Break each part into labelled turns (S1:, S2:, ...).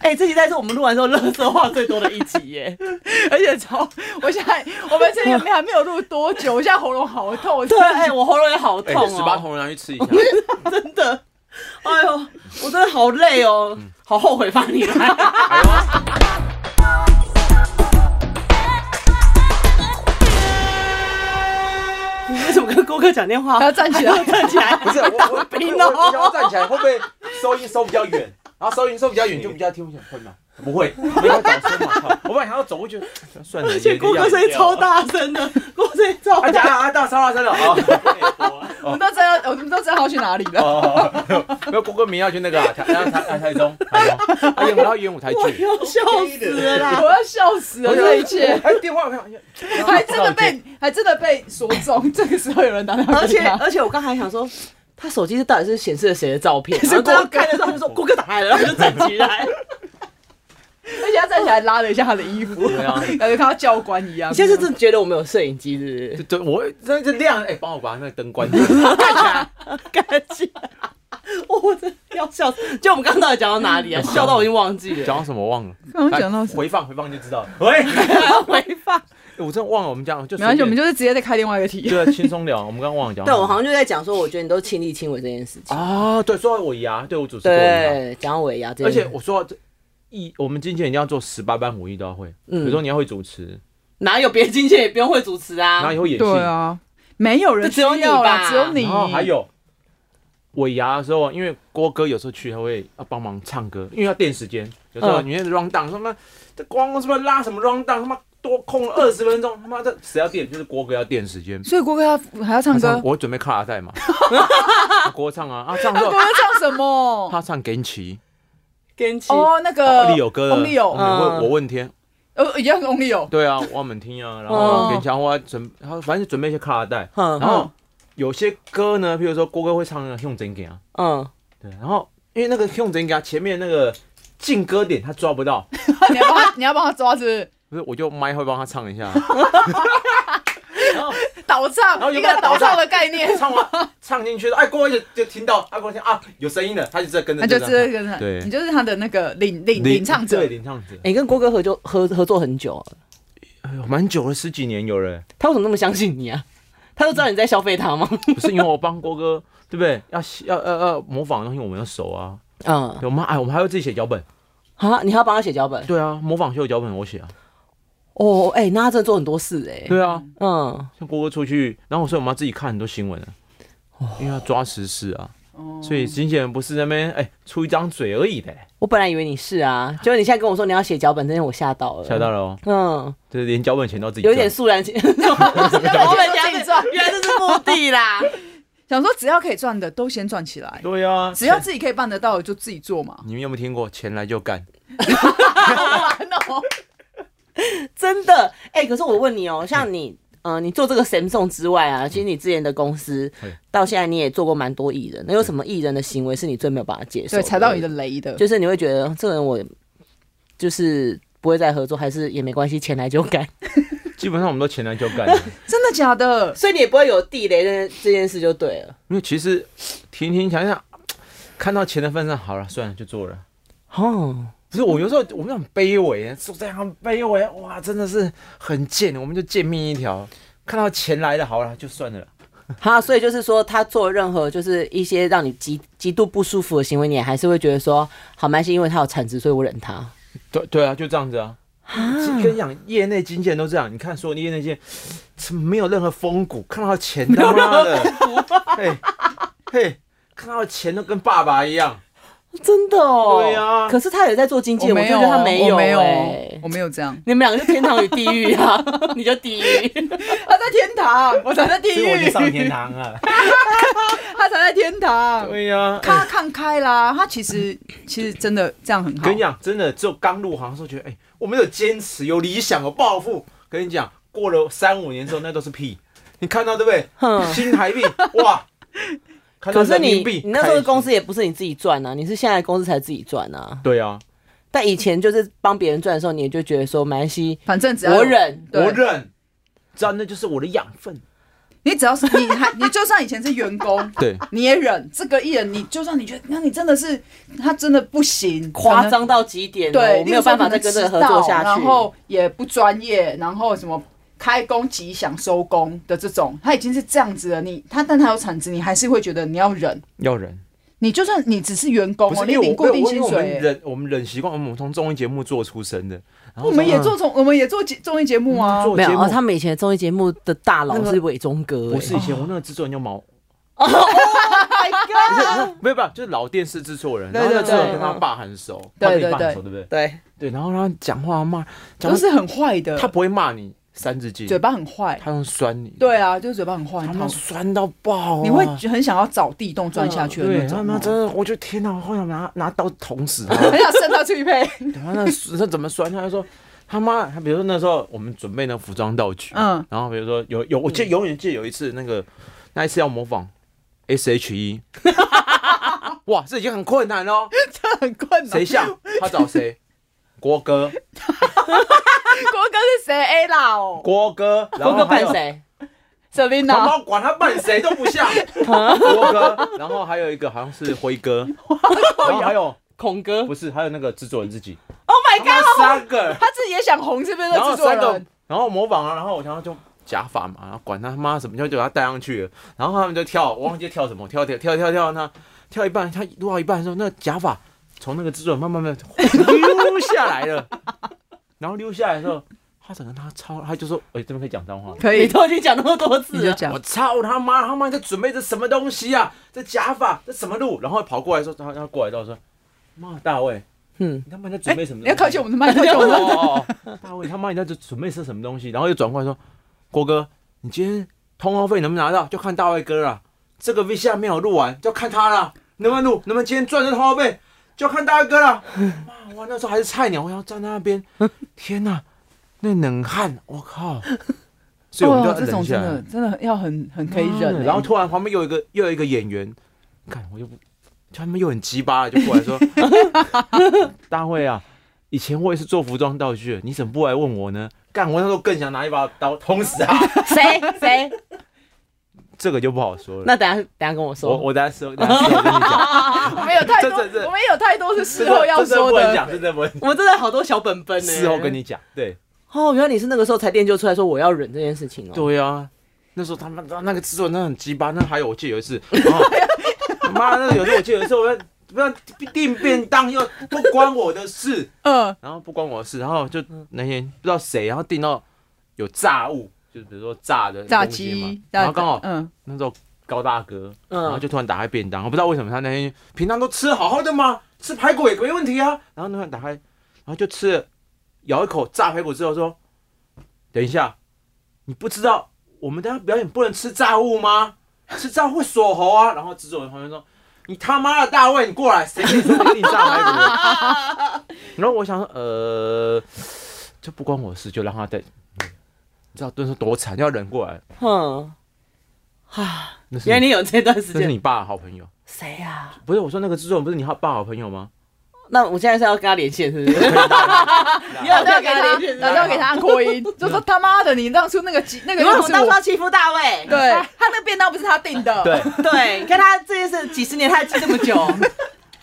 S1: 哎、这集在是我们录完之后，乐色话最多的一集耶。
S2: 而且从 我现在我们这边还没有录多久，我现在喉咙好痛。我
S1: 对，哎、我喉咙也好痛
S3: 哎，十八
S1: 哦、
S3: 铜人拿去吃一下，
S1: 真的。哎呦，我真的好累哦，
S3: 嗯
S1: 好后悔放你来。啊
S3: 哎呦，
S1: 你为什么跟郭哥讲电话？
S2: 还要站起来
S1: 还要站起 来，
S3: 不是我我我
S1: 兵
S3: 我我
S1: 哦
S3: 想要站起来，会不会收音收比较远？然后收音收比较远就比较听不见，会吗？不会，没有掌声嘛。我本来想要走过去，算了，
S1: 而且郭哥声音超大声的，郭哥声音超
S3: 啊，
S1: 大
S3: 假。啊，大声大声了啊！
S2: 我们都知道，我们都知道要去哪里 了。
S3: 哦，没有，郭哥明天要去那个啊台台台台中，台中，他演他演舞台
S1: 我
S3: 剧。
S1: 要笑死了啦！
S2: 我要笑死了，这一切
S3: 哎，电话我看，
S2: 还真的被还真的被说中。这个时候有人打电话
S1: 而
S2: 给
S1: 且
S2: 他，
S1: 而且我刚才想说，他手机是到底是显示了谁的照片？
S2: 是
S1: 然后这样
S2: 郭哥
S1: 看的时候，他 就说郭哥打来了，然后我就站起来。
S2: 而且他站起来拉了一下他的衣服，
S3: 对啊
S2: 感觉看到教官一样。
S1: 你现在是真的觉得我们有摄影机是
S3: 对，我这这亮，哎，帮我把那个灯关掉。
S1: 不 是？感觉我真的要笑死。就我们刚刚到底讲到哪里
S3: 嗯
S1: 啊？笑到我已经忘记了。
S3: 讲到什么忘了？
S2: 刚刚讲到什么？
S3: 回放回放就知道了。喂，
S1: 还要回 放。
S3: 我真的忘了，我们讲就
S2: 没关系，我们就是直接再开另外一个题。
S3: 对啊轻松聊。我们刚刚忘了讲。
S1: 对，我好像就在讲说，我觉得你都亲力亲为这件事情。
S3: 啊，对，说到尾牙，对我主持过尾牙，
S1: 对，讲到尾牙这
S3: 而且
S1: 件事，
S3: 我说到这艺，我们今天一定要做十八般武艺都要会。比
S1: 嗯
S3: 如说你要会主持，
S1: 哪有别的境界也不用会主持
S3: 然后
S1: 啊
S3: 也？会演戏，
S2: 对啊，没有人
S1: 这只有你
S2: 需要啦
S1: 吧
S2: 只有你。
S3: 然后还有尾牙的时候，因为郭哥有时候去，他会要帮忙唱歌，因为要垫时间。有时候
S1: 嗯
S3: 你那 round down，他妈这光光是不是拉什么 round down，他妈多空了二十分钟，他妈这谁要垫？就是郭哥要垫时间。
S2: 所以郭哥要还要唱 歌，
S3: 我准备卡拉 带嘛，啊郭唱啊啊唱之
S2: 他
S3: 后
S2: 哥，要唱什么？
S3: 他唱给你骑，
S1: 跟亲
S2: 哦，那个
S3: 利友哥的，
S2: 翁立友，
S3: 我
S1: 嗯
S3: 问我问天，
S2: 呃，一样翁立友。
S3: 对啊，我们听啊，然
S1: 哦
S3: 后给你讲话准，然后反正准备一些卡拉带，然
S1: 嗯
S3: 后有些歌呢，譬如说郭哥会唱那个《用真给啊，
S1: 嗯，
S3: 对，然后因为那个用针给他啊前面那个进歌点他抓不到，
S2: 你要帮他，你要帮他抓，是不是？
S3: 不是我就麦会帮他唱一下，
S2: 倒
S3: 然后
S2: 唱，
S3: 有
S2: 一
S3: 没有
S2: 个倒
S3: 倒唱
S2: 唱的概 念，
S3: 唱完唱进去了，哎，郭哥就就听到，哎，郭哥听啊有声音了，他就在跟着
S2: 那就
S3: 这
S2: 这
S3: 样
S2: 个，
S3: 对
S2: 你就是他的那个领领领唱者
S3: 对，领唱者，
S1: 哎你跟郭哥合就合合作很久了，
S3: 哎呦蛮久了，十几年有了，
S1: 他为什么那么相信你啊？他都知道你在消费他吗？
S3: 不是因为我帮郭哥， 对不对？要要要要模仿的东西我们要熟啊，
S1: 嗯，
S3: 对我们哎我们还会自己写脚本，
S1: 啊，你还要帮他写脚本？
S3: 对啊，模仿秀脚本我写啊，
S1: 哦，哎、那他真的做很多事哎、
S3: 对啊，
S1: 嗯，
S3: 像郭哥出去，然后所以我们要自己看很多新闻啊，
S1: 哦
S3: 因为要抓时事啊，所以经纪人不是在那边哎出一张嘴而已的。
S1: 我本来以为你是啊，结果你现在跟我说你要写脚本，真的我吓到了。
S3: 吓到了哦，
S1: 嗯，
S3: 就是连脚本钱都自己
S1: 有
S3: 赚
S1: 点肃然起， 原 来
S2: 己赚
S1: 原来这是目的啦。
S2: 想说只要可以赚的都先赚起 来，
S3: 对啊，。
S2: 只要自己可以办得到的就自己做嘛
S3: 你们有没有听过钱来就干？
S2: 好玩哦，
S1: 真的，哎、可是我问你哦、像你，呃，你做这个 Samsung 之外啊，其实你之前的公司
S3: 嗯
S1: 到现在你也做过蛮多艺人，那有什么艺人的行为是你最没有办法接受？
S2: 对，踩到你的，雷的，
S1: 就是你会觉得这个人我就是不会再合作，还是也没关系，钱来就干，
S3: 基本上我们都钱来就干，啊
S2: 真的假 的？
S1: 所以你也不会有地雷的这件事就对了。
S3: 因为其实听听想想，看到钱的份上，好了，算了，就做了。
S1: 哦，
S3: 不是我有时候我们很卑微，说这样很卑微，哇，真的是很贱，我们就贱命一条。看到钱来了，好了，就算了。
S1: 好，所以就是说，他做任何就是一些让你极极度不舒服的行为，你也还是会觉得说，好，蛮是因为他有产值，所以我忍他。
S3: 对对啊，就这样子啊。跟你讲，业内经纪人都这样。你看，所有的业内经纪人没有任何风骨，看到钱他妈的，嘿，嘿，看到钱都跟爸爸一样。
S1: 真的哦
S3: 对啊
S1: 可是他也在做经纪人，我
S2: 没
S1: 就
S2: 有
S1: 觉
S2: 哦，
S1: 得他没有、
S2: 我
S1: 欸，
S2: 没有哦，我没有 这样。
S1: 你们两个就天堂与地狱 啊！你就地狱，
S2: 他在天堂，我才在地
S3: 所以我就上
S2: 狱，
S3: 天堂了。
S2: 他才在天堂。
S3: 对呀、哎
S2: 他看开啦，他其实其实真的这样很好
S3: 跟。你讲，真的，只有刚入行的时候觉得，哎、我们有坚持，有理想，有抱负。跟你讲，过了三五年之后，那都是屁。你看到对不对？
S1: 哼
S3: 新台币哇，看到
S1: 可是
S3: 人
S1: 你
S3: 民币
S1: 你那时候的公
S3: 开心
S1: 司也不是你自己赚啊，你是现在的公司才自己赚啊。
S3: 对啊，
S1: 但以前就是帮别人赚的时候，你也就觉得说，没关系，
S2: 反正只要有
S1: 我，忍。
S2: 对
S3: 我忍，知道那就是我的养分。
S2: 你只要是你还 你就算以前是员工，
S3: 对，
S2: 你也忍。这个艺人，你就算你觉得，那你真的是他真的不行，
S1: 夸张到极点了，哦
S2: 对，
S1: 我没有办法再跟这个合作下去。
S2: 然后也不专业，然后什么开工吉祥收工的这种，他已经是这样子了。你他但他有产值，你还是会觉得你要忍。
S3: 要忍，
S2: 你就算你只是员工
S3: 不
S2: 哦，
S3: 是
S2: 你
S3: 因为
S2: 领
S3: 我
S2: 固
S3: 我
S2: 定
S3: 因为
S2: 薪
S3: 我们
S2: 水欸，
S3: 忍，我们忍习惯，我们从综艺节目做出身的，然后
S2: 我们也
S3: 说
S2: 做综，我们也做节综艺节目啊
S3: 嗯。做
S1: 没有
S3: 节目
S1: 哦，他们以前的综艺节目的大佬
S3: 那个
S1: 是伟忠哥、
S3: 不是
S1: 哎
S3: 以前我那个制作人叫毛。不是没有没有，就是老电视制作人，
S2: 对
S3: 然后那
S2: 对
S3: 制作人
S2: 对
S3: 跟他爸很熟，
S2: 对
S3: 他跟你
S2: 对
S3: 爸很
S2: 对
S3: 熟，对不对？
S1: 对，
S3: 对，然后他讲话骂，
S2: 都
S3: 讲话
S2: 是很坏的，
S3: 他不会骂你三字经，
S2: 嘴巴很坏。
S3: 他用酸你，，
S2: 对啊，就是嘴巴很坏，
S3: 他
S2: 然
S3: 妈
S2: 后
S3: 酸到爆啊，
S2: 你会很想要找地洞钻下去的
S3: 对，
S2: 那
S3: 他妈真
S2: 种。
S3: 的，我就天哪，好想拿拿刀捅死他，
S2: 很想伸到去 配，
S3: 然 后那那怎么酸？他就说他妈，他比如说那时候我们准备那服装道具，
S2: 嗯，
S3: 然后比如说有有，我
S1: 嗯
S3: 记得永远记得有一次那个那一次要模仿 S H E，哇，这已经很困难喽，
S2: 这很困难
S3: 谁。像他找谁？郭哥，
S2: 国哥是谁？A 啦哦
S3: 郭哥，然
S1: 郭
S3: 后
S1: 哥扮
S3: 还有？
S1: 谁？
S3: 他
S2: Selina，
S3: 妈管他扮谁都不 像郭哥，然后还有一个好像是 辉哥，然后还有
S1: 孔哥
S3: 不是还有那个制作人自己，
S2: Oh my
S1: 哎
S3: 他妈三个，
S2: 他自己也想红，是不是？
S3: 然
S2: 那
S3: 后
S2: 制作
S3: 三个
S2: 人，
S3: 然后模仿啊，然后我想要就假发嘛，然后管他妈什么，就就把他带上去了，然后他们就跳，我忘记跳什么，跳跳跳跳跳，那跳一半，他录到一半的时候，那个假发从那个制作人慢慢慢溜下来 了，然后溜下来的时候，他整个他超，他就说，哎、这边可以讲脏话吗。
S2: 可
S1: 你，都已经讲那么多次了，
S2: 讲
S3: 啊我操他妈！他妈在准备这什么东西啊？这假发，这什么路？然后跑过来说，他他过来到说，妈大卫，
S1: 嗯，
S3: 你他妈在准备什么
S2: 哎你
S3: 东西？
S2: 要靠近我们的麦克风吗？
S3: 哦哦哦，大卫他妈你在这准备是什么东西？然后又转过来说，郭哥，你今天通告费能不能拿到？就看大卫哥了。这个 V 下没有录完，就看他了，能不能录？能不能今天赚这通告费？就看大卫哥了。妈，我那时候还哎是菜鸟，我要站在那边，天哪，那冷汗，我靠！ 所以我们就
S2: 哦
S3: 要
S2: 这
S3: 忍
S2: 种
S3: 下
S2: 真
S3: 来。
S2: 的真的要很很可以
S3: 妈
S2: 忍
S3: 的
S2: 欸。
S3: 嗯然后突然旁边又有一个又有一个演员，看我就不，他们又很鸡巴，就过来说：“ 大卫啊，以前我也是做服装道具的，你怎么不来问我呢？”干，我那时候更想拿一把刀捅死他，
S1: 谁谁？
S3: 这个就不好说了。
S1: 那等下等下跟我
S3: 我
S1: 说，
S3: 我等下说，等下说我跟你 讲，
S2: 我们有太多，
S3: 这这这
S2: 我们有太多是
S3: 这
S2: 事
S3: 个
S2: 后要
S3: 这个
S2: 说
S3: 不能
S2: 的。
S3: 讲，真的不能。
S1: 我们真的好多小本本呢。
S3: 事后跟你讲，对
S1: 哦，原来你是那个时候才练就出来说我要忍这件事情哦。
S3: 对啊，那时候他们那个制作人真的很鸡巴，那还有我记得有一次，然后 妈那个有时候我记得有一次我在不要订便当又不关我的事。
S2: 嗯，
S3: 然后不关我的事，然后就那天不知道谁，然后订到有炸物，就是比如说炸的
S2: 炸
S3: 东西嘛
S2: 鸡，，
S3: 然后刚好
S2: 嗯，
S3: 那时候高大哥，
S1: 嗯
S3: 然后就突然打开便当，我不知道为什么他那天平常都吃得好好的嘛，吃排骨也没问题啊，然后突然打开，然后就吃了，咬一口炸排骨之后说，等一下，你不知道我们等下表演不能吃炸物吗？吃炸物会锁喉啊，然后制作人旁边说。你他妈的大卫，你过来，谁跟你说给你炸排骨的？然后我想说，呃，这不关我的事，就让他在，你知道顿时多惨，要忍过来。
S1: 哼，
S3: 那是
S1: 原来
S3: 你
S1: 你有这段时
S3: 那是
S1: 间。
S3: 你爸的好朋友，
S1: 谁呀？
S3: 不是我说那个制作人不是你好爸好朋友吗？
S1: 那我现在是要跟他连线，是不 是？你
S2: 打
S1: 要
S2: 电话
S1: 要
S2: 给
S1: 跟他连线
S2: 他，
S1: 是不
S2: 打
S1: 是，
S2: 电话给他按扩 音，
S3: 嗯
S2: 就说他妈的，你让出那个鸡那个
S1: 你为什
S2: 又
S1: 么
S2: 是
S1: 当初
S2: 我
S1: 要，欺负大卫？
S2: 对他那个便当不是他订的，
S3: 对，
S1: 对，你看他这件事几十年，他还记这么 久，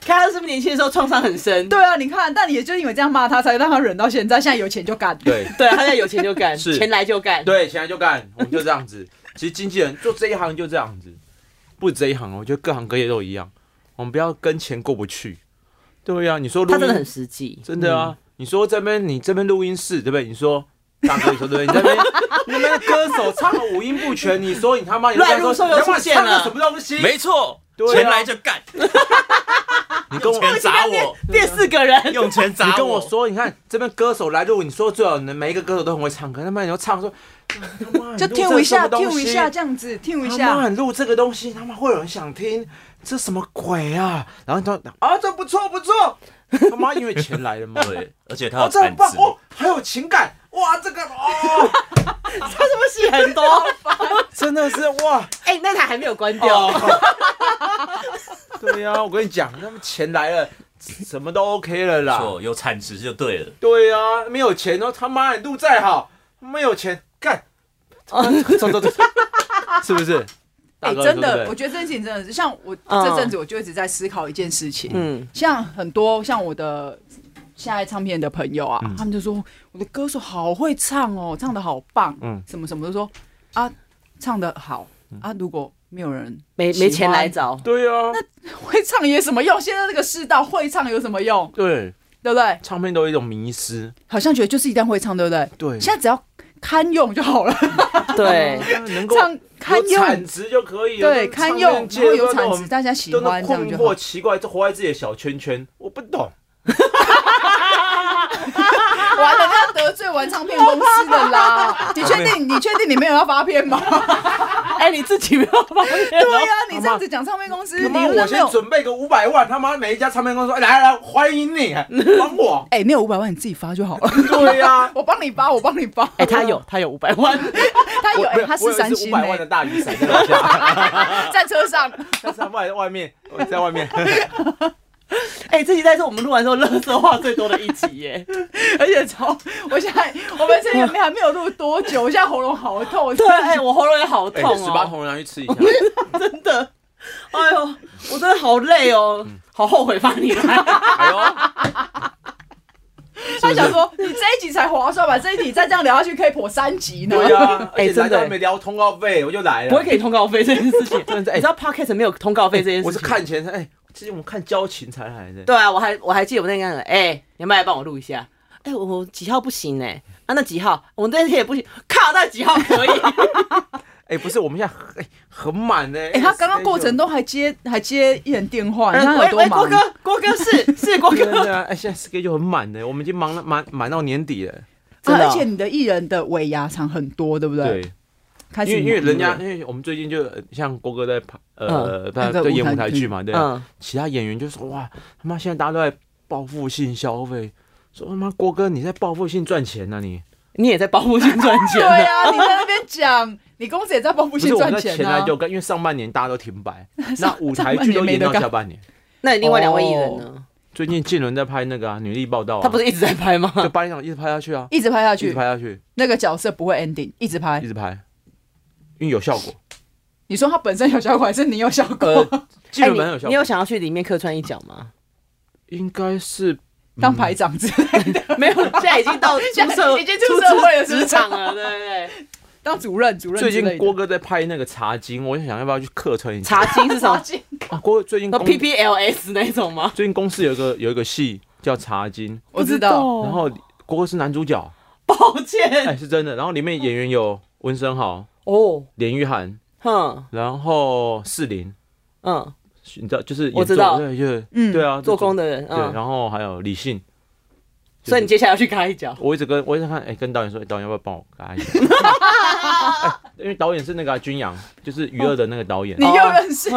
S1: 看他是不是年轻的时候创伤很深？
S2: 对啊，你看，但也就因为这样骂他，才让他忍到现在，现在有钱就干。
S3: 对
S1: 对，他现在有钱就干，
S3: 是
S1: 钱来就干。
S3: 对，现在就干，我们就这样子。 其实经纪人做这一行就这样子，不止这一行，哦我觉得各行各业都一样，我们不要跟钱过不去。对啊呀、你说录
S1: 他
S3: 音
S1: 真的很实际，嗯
S3: 真的啊，你说这边你这边录音室对不对？你说。大哥，你说对不对？你那边你那边歌手唱的五音不全，你说你他妈你
S1: 乱
S3: 在
S1: 入
S3: 说
S1: 兽又
S3: 你他妈
S1: 出现啊
S3: 唱的
S1: 了
S3: 什么东西？
S4: 没错，
S3: 对啊
S4: 钱来就干，
S3: 你跟
S4: 用
S3: 我
S4: 钱砸我，
S1: 变
S3: 哦
S1: 四个人，
S4: 用钱砸
S3: 你跟我，说，你看这边歌手来录，你说最好能每一个歌手都很会唱歌，他妈你要唱说，他妈
S2: 就
S3: 你
S2: 听
S3: 录这
S2: 一
S3: 什么
S2: 下，
S3: 东
S2: 听一下
S3: 西，
S2: 这样子，听一
S3: 他妈
S2: 下。
S3: 你录这个东西，他妈会有人想听，这什么鬼啊？然后他啊，这不错不错，他妈因为钱来了 嘛，
S4: 对，而且他
S3: 哦
S4: 有
S3: 这很
S4: 产值
S3: 棒，哦，还有情感，哇这个哦，
S1: 他是不是戏 很多？
S3: 真的是哇，
S1: 哎、那台还没有关
S3: 哦
S1: 掉，
S3: 对呀、我跟你讲，他们钱来了，什么都 OK 了
S4: 没
S3: 啦，
S4: 错，有产值就对了。
S3: 对呀、没哦 有钱，然后他妈你路再好，没有钱干，走走走， 是不是？大
S2: 哦哎、
S3: 哥，
S2: 真
S3: 你说对
S2: 的，
S3: 不
S2: 我
S3: 对
S2: 觉得这件事情真的是，像我
S1: 嗯
S2: 这阵子我就一直在思考一件事情，
S1: 嗯，
S2: 像很多像我的现在唱片的朋友啊，
S3: 嗯
S2: 他们就说我的歌手好会唱哦，唱的好棒，
S3: 嗯
S2: 什么什么都说啊，唱的好啊，如果没有人
S1: 没
S2: 喜欢
S1: 没钱来找，
S3: 对啊，
S2: 会唱有什么用？现在这个世道会唱有什么用？
S3: 对，
S2: 对不对？
S3: 唱片都有一种迷失，
S2: 好像觉得就是一定要会唱，对不对？
S3: 对，
S2: 现在只要堪用就好了，
S1: 对，
S3: 啊能 够
S2: 唱堪
S3: 有产
S2: 用，
S3: 值就可以了。
S2: 对，堪用，然后有产值，大家喜
S3: 都
S2: 欢
S3: 能
S2: 这样
S3: 困
S2: 就
S3: 惑
S2: 好。
S3: 奇怪，就活在自己的小圈圈，我不懂。
S2: 完了，他得罪完唱片公司的啦。你确定？你确定你没有要发片 吗？
S1: 哎，你自己没有发现
S2: 对
S3: 啊
S1: 哦，
S2: 呀，你这样子讲唱片公司，你
S3: 他妈，
S2: 又
S3: 我
S2: 没
S3: 先
S2: 有。
S3: 准备个五百万，他妈每一家唱片公司说，哎来来来，欢迎你，帮我
S2: 。哎，没有五百万你自己发就好了，
S3: 对 呀，
S2: 我帮你发，我帮你发。
S1: 哎，他有他有五百万，
S2: 他有，
S3: 我
S2: 哎，他是三
S3: 五
S2: 星
S3: 百万的
S2: 哎，
S3: 大雨伞在楼下，
S2: 在车上。
S3: 但是他外外面，我在外面。
S1: 哎，这集在是我们录完之后乐色话最多的一集耶，
S2: 而且 从我现在我们现在没还没有录多久，我现在喉咙好痛。
S1: 对，哎，我喉咙也好痛
S3: 哎，十八
S1: 哦，
S3: 铜人拿去吃一下，
S1: 真的，哎呦，我真的好累哦，好后悔放你来。
S3: 哎呦，
S2: 他想说你这一集才划算吧？这一集再这样聊下去可以破三集呢。
S3: 对啊呀，而
S1: 哎
S3: 且来
S1: 真的
S3: 到没聊通告费，我就来了。
S1: 不会给你通告费这件事情，
S3: 真的是 哎
S1: 你知道 podcast 没有通告费这件事情？
S3: 我是看钱才，哎，之前我们看交情才来的。
S1: 对啊，我还我还记得我那天跟他讲，哎、你要不要来帮我录一下？哎、我我几号不行哎、啊那几号？我那天也不行，靠，那几号可以？
S3: 哎，不是，我们现在很哎很满呢。
S2: 哎，他刚刚过程中还接还接艺人电话，你看他
S1: 喂
S2: 有多
S1: 喂，郭
S2: 忙
S1: 哥。，郭哥是是郭
S3: 对啊，
S1: 哥，
S3: 对啊，哎，现在 schedule 很满的，我们已经忙了满满到年底了。
S1: 真的
S2: 啊
S1: 哦
S2: 而且你的艺人的尾牙场很多，对不对？，开始
S3: 因为因为人家
S2: 忙了
S3: 因为我们最近就呃像郭哥在拍呃他
S2: 那个
S3: 在演
S2: 舞台
S3: 舞台
S2: 剧
S3: 剧嘛，对啊，
S1: 嗯，
S3: 其他演员就说哇他妈现在大家都在报复性消费，说他妈郭哥你在报复性赚钱呐、你
S1: 你也在保护性赚钱
S2: 对
S1: 呢，
S2: 啊，你在那边讲，你公司也在帮不
S3: 不是
S2: 信
S3: 我
S2: 赚
S3: 们在
S2: 钱
S3: 前来
S2: 啊。
S3: 就干，因为上半年大家都停摆，那
S2: 上
S3: 舞台剧都延到下半年。
S1: 那你另外两位艺人呢？
S3: 最近静伦在拍那个啊女力报道、啊，
S1: 他不是一直在拍吗？
S3: 就八点档一直拍下去啊，
S2: 一直拍下
S3: 一直
S2: 去，
S3: 拍下去，
S2: 那个角色不会 ending，一直拍
S1: 哎
S3: 一。直拍，因为有效果。
S2: 你说他本身有效果，还是你有效
S3: 呃
S2: 果？，
S3: 静伦
S1: 你
S3: 蛮有效
S1: 哎你
S3: 果，
S1: 有想要去里面客串一角 吗？
S3: 应该是 嗯
S2: 当排长之类的，
S1: 没有，现在已经 到出社，
S2: 已经出社会了是
S1: 职
S2: 不是
S1: 场了，对 对
S2: 当主任、主任
S3: 最
S2: 之类的
S3: 近郭哥在拍那个茶经，我就想要不要去客串一
S1: 对，
S3: 下。
S1: 查经是什
S2: 杀
S1: 么？
S2: 进
S3: 啊，郭哥最近
S1: 那
S3: 公
S1: P P L S 那种吗？
S3: 最近公司有一个有一个戏叫《茶经》，
S2: 我知道，
S1: 不
S3: 然
S1: 知道，
S3: 后郭哥是男主角，
S1: 抱
S3: 哎、
S1: 歉
S3: 是真的。然后里面演员有温升豪、
S1: 哦，
S3: 连玉涵，
S1: 哼
S3: 然后士林，
S1: 嗯，
S3: 你知道就是演
S1: 我知道
S3: 奏对，就是
S2: 嗯
S3: 对啊，
S1: 做工
S3: 的、
S1: 的人，
S3: 对，
S1: 嗯，
S3: 然后还有李信。
S1: 所以你接下来要去开一脚。
S3: 我一直跟我一直看，哎、跟导演说，哎导演要不要帮我嘎一下？哎因为导演是那个啊、君阳，就是娱乐的那个导演哦
S2: 你，又认识，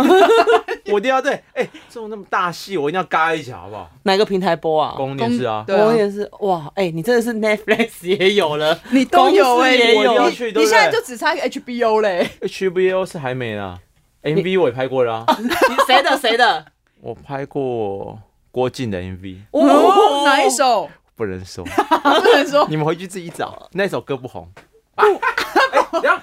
S3: 我一定要对，哎、这种那么大戏，我一定要嘎一下，好不好？
S1: 哪个平台播啊？
S3: 公年是啊，
S2: 对啊
S1: 我也是，哇，哎、你真的是 Netflix 也有了，
S2: 你都有
S1: 公司
S2: 哎、你
S1: 也
S3: 我一定
S1: 有
S3: 要
S2: 你
S3: 去，对
S2: 你现
S3: 不
S2: 在
S3: 对
S2: 就只差一个 HBO 嘞，
S3: 哎 HBO 是还没啦，MV 我也拍过啦，
S1: 你谁的谁的？
S3: 我拍过郭靖的 MV，
S2: 哦， 哪一？首？
S3: 不能说，
S2: 不能说
S3: 你们回去自己找，那首歌不红。哎，等一下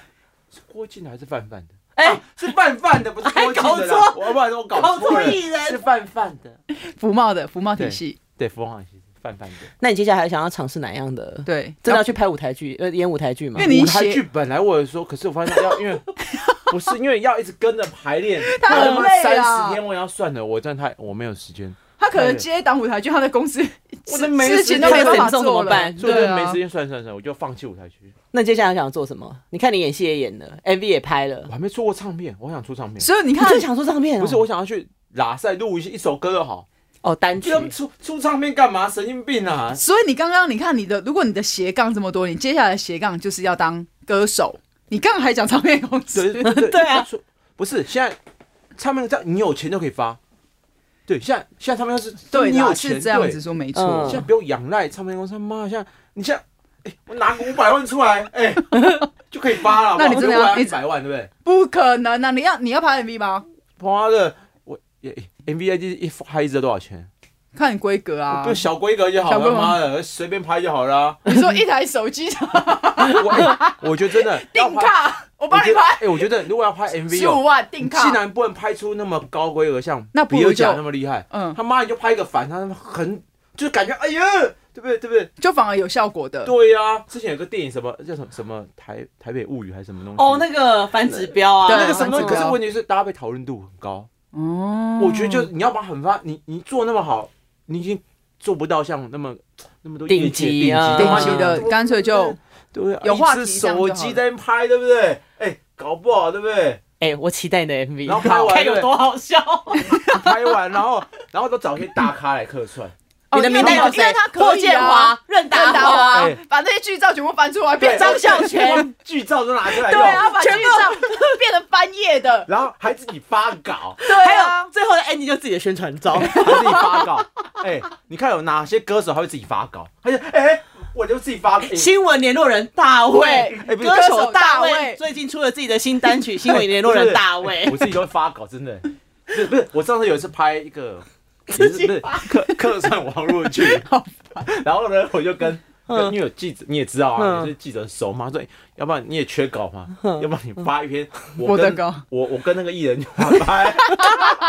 S3: 是郭靖的还是范范的？
S1: 哎、
S2: 啊
S3: 是范范的，不是郭靖的
S1: 哎搞
S3: 啦，我不然我搞
S1: 搞
S3: 错
S1: 错
S3: 了，
S1: 艺人
S3: 是范范的。
S2: 福茂的福茂体系，
S3: 对，冯浩也是范范的。
S1: 那你接下来想要尝试哪样的？
S2: 对，
S1: 真的要去拍舞台剧，呃，演舞台剧吗
S2: 因？为你
S3: 舞台
S2: 写
S3: 剧本来我有说，可是我发现要因为不是因为要一直跟着排练，
S2: 他很
S3: 妈
S2: 累
S3: 三
S2: 啊
S3: 十天我要算了，我真的太我没有时间，
S2: 他可能接一档舞台剧，他的公司
S3: 我都没
S2: 事
S3: 时
S2: 情
S3: 间
S2: 都没办法
S1: 太沉重怎
S2: 做
S1: 么
S2: 了，
S1: 办
S3: 所以我
S2: 对
S3: 就没
S2: 啊
S3: 时，间算算算，我就放弃舞台剧。
S1: 那你接下来想要做什么？你看你演戏也演了，MV 也拍了
S3: 我，还没出过唱片，我想出唱片。
S2: 所以你
S1: 你
S2: 看
S1: 真的，想做唱片、哦？
S3: 不是，我想要去拉塞录一一首歌就好。
S1: 哦，单曲
S3: 就。他们出出唱片干嘛？神经病 啊！
S2: 所以你刚刚你看你的，如果你的斜杠这么多，你接下来斜杠就是要当歌手，你刚刚还讲唱片公司
S3: 对，对
S1: 对啊，
S3: 出不是现在唱片这样，你有钱就可以发。对，现在现在唱片公司，
S2: 对
S3: 你
S2: 啦，
S3: 有
S2: 是
S3: 钱
S2: 这样
S3: 对
S2: 子说没
S1: 嗯
S2: 错
S3: 现，在不用仰赖唱片公司，他妈像你现在，哎、我拿个五百万出来，哎、 就可以发了。
S2: 那你真的要
S3: 一百万，对不对？
S2: 不可能啊！你要你要拍 MV 吗？
S3: 哎他妈的，我也 MV I D 一拍一支多少钱？
S2: 看规格啊
S3: 不。小规格就好
S2: 小规
S3: 了，
S2: 格
S3: 妈的，随便拍就好 了啊。
S2: 你说一台手机上
S3: 我哎我觉得真的要
S2: 定
S3: 拍，
S2: 卡，我
S3: 我
S2: 帮你
S3: 觉得
S2: 拍
S3: 哎，我觉得如果要拍 MV，
S2: 十
S3: 哦
S2: 五万定
S3: 既
S2: 卡。
S3: 然不能拍出那么高规格，像
S2: 那不如
S3: 比尔奖
S2: 就
S3: 那么厉害，
S2: 嗯，
S3: 他妈你就拍一个反，他很就感觉哎呀，对不对？对不对？
S2: 就反而有效果的。
S3: 对呀、之前有个电影什么叫什么什么台台北物语还是什么东西？
S1: 哦，那个反指标啊，
S2: 对
S3: 那个什么东西？
S2: 反指
S3: 可
S2: 标
S3: 是问题是，大家被讨论度很高。
S2: 哦
S3: 我觉得就你要把很发，你你做那么好，你已经做不到像那么那么多
S1: 顶
S3: 业界
S1: 级啊
S2: 顶
S3: 顶
S2: 级的，干脆就
S3: 对啊，
S2: 有话题
S3: 一只
S2: 这样就好
S3: 手机在那边拍，对不对？哎，搞不好对不对？
S1: 哎，我期待你的 MV，
S3: 然后拍完
S1: 看有多好 笑。
S3: 拍完然后 然后都找一些大咖来客串，
S2: 哦
S1: 你的名单有
S2: 因为
S1: 谁
S2: 他？可以啊
S1: 霍建华、啊任达
S2: 任达
S1: 华、
S2: 华
S3: 哎
S2: 把那些剧照全部翻出来，变
S3: 对
S2: 张
S1: 张孝全，
S3: 剧照都拿出来
S2: 对
S3: 用，
S2: 啊，把剧照变成翻页的，
S3: 然后还自己发稿，
S2: 对
S1: 还
S2: 啊
S1: 有，最后的 ending 就自己的宣传照。
S3: 还自己发稿。哎，你看有哪些歌手还会自己发稿？他就哎，我就自己发。
S1: 新闻联络人大卫，
S3: 哎不是
S1: 歌
S2: 歌手
S1: 手
S2: 大
S1: 大
S2: 卫
S1: 卫最近出了自己的新单 曲《新闻联络人大 卫
S3: 我》。自己都会发稿，真的。不是不是，我上次有一次拍一 个，也是不是客客串网络剧，然后呢，我就跟。跟因为有记者，你也知道啊，
S1: 嗯
S3: 也是记者熟嘛，所以要不然你也缺稿嘛，要不然你发一篇
S1: 嗯
S2: 我的
S3: 跟
S2: 稿，
S3: 我我跟那个艺人就拍，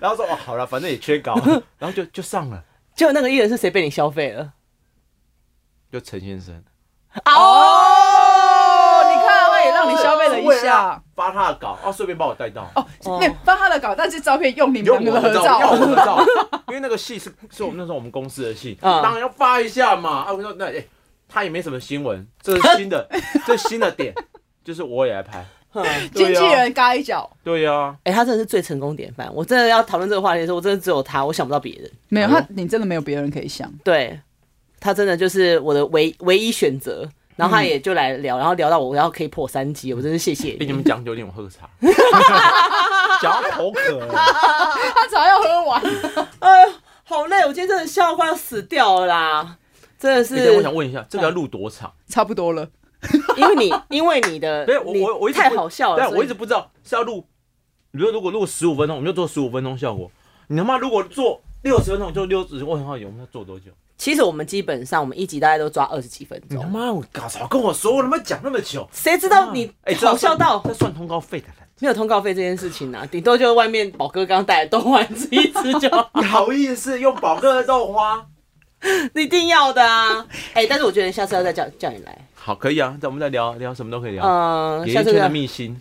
S3: 然后说哦好了，反正也缺稿， 然后就就上了，
S1: 就那个艺人是谁被你消费了？
S3: 就陈先生
S2: 哦
S1: 哦，
S2: 你看，我也让你消费了一下。
S3: 发他的稿，哦顺便把我带到，
S2: 哦，
S1: 哦
S2: 那翻他的稿，但是照片用你
S3: 有
S2: 们
S3: 我
S2: 两个
S3: 合
S2: 合
S3: 照，有我
S2: 照，
S3: 合照，因为那个戏是是我们那时候我们公司的戏，
S1: 嗯
S3: 当然要发一下嘛。啊，我说那哎、他也没什么新闻，这是新的，这是新的点，就是我也来拍。
S1: 哎、
S2: 经
S3: 对
S2: 纪
S3: 呀、
S2: 人嘎一脚。
S3: 对呀、啊，
S1: 他真的是最成功典范。我真的要讨论这个话题的时候，我真的只有他，我想不到别人。
S2: 没有
S3: 哎呦
S2: 他，你真的没有别人可以想。
S1: 对他真的就是我的唯唯一选择。然后
S3: 嗯
S1: 他也就来聊，然后聊到我要可以破三级，我真是谢谢
S3: 被哎你
S1: 你。
S3: 们讲有点我喝茶，讲到口渴了。
S2: 他早要喝完，
S1: 哎呦，好累，我今天真的笑得快要死掉了啦！真的是
S3: 哎，等一下我想问一下，这个要录多长？
S2: 差不多了。
S1: 因为你，因为你的，
S3: 对，我
S1: 你
S3: 我我一直
S1: 太
S3: 不
S1: 好笑了，
S3: 但
S1: 所以
S3: 我一直不知道是要录，比如说如果录十五分钟，我们就做十五分钟效果。你他妈如果做六十分钟，就六十。我很好奇我们要做多久？
S1: 其实我们基本上我们一集大概都抓二十几分
S3: 你他
S1: 钟，
S3: 妈我搞早跟我说，我他妈讲那么久。
S1: 谁知道你
S3: 哎，
S1: 好笑到
S3: 这算通告费的人，
S1: 没有通告费这件事情啊？顶多就是外面宝哥刚带的豆花你吃 一吃就好，
S3: 你好意思用宝哥的豆花？
S1: 你一定要的啊！哎、但是我觉得下次要再叫叫你来，
S3: 好，可以啊，那我们再聊聊什么都可以聊。
S1: 嗯、
S3: 演
S1: 下
S3: 艺
S1: 次
S3: 圈的
S1: 再
S3: 秘辛，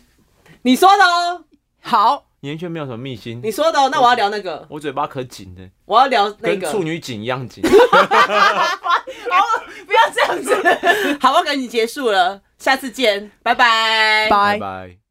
S1: 你说的哦，
S2: 好，
S3: 演艺圈没有什么秘辛
S1: 你。说的哦，那我要聊那个，
S3: 我嘴巴可紧的，
S1: 我要聊那
S3: 跟
S1: 个，
S3: 处 女紧一样紧。
S2: 不要这样子，
S1: 好，我要跟你结束了，下次见，拜拜，
S2: 拜
S3: 拜。拜。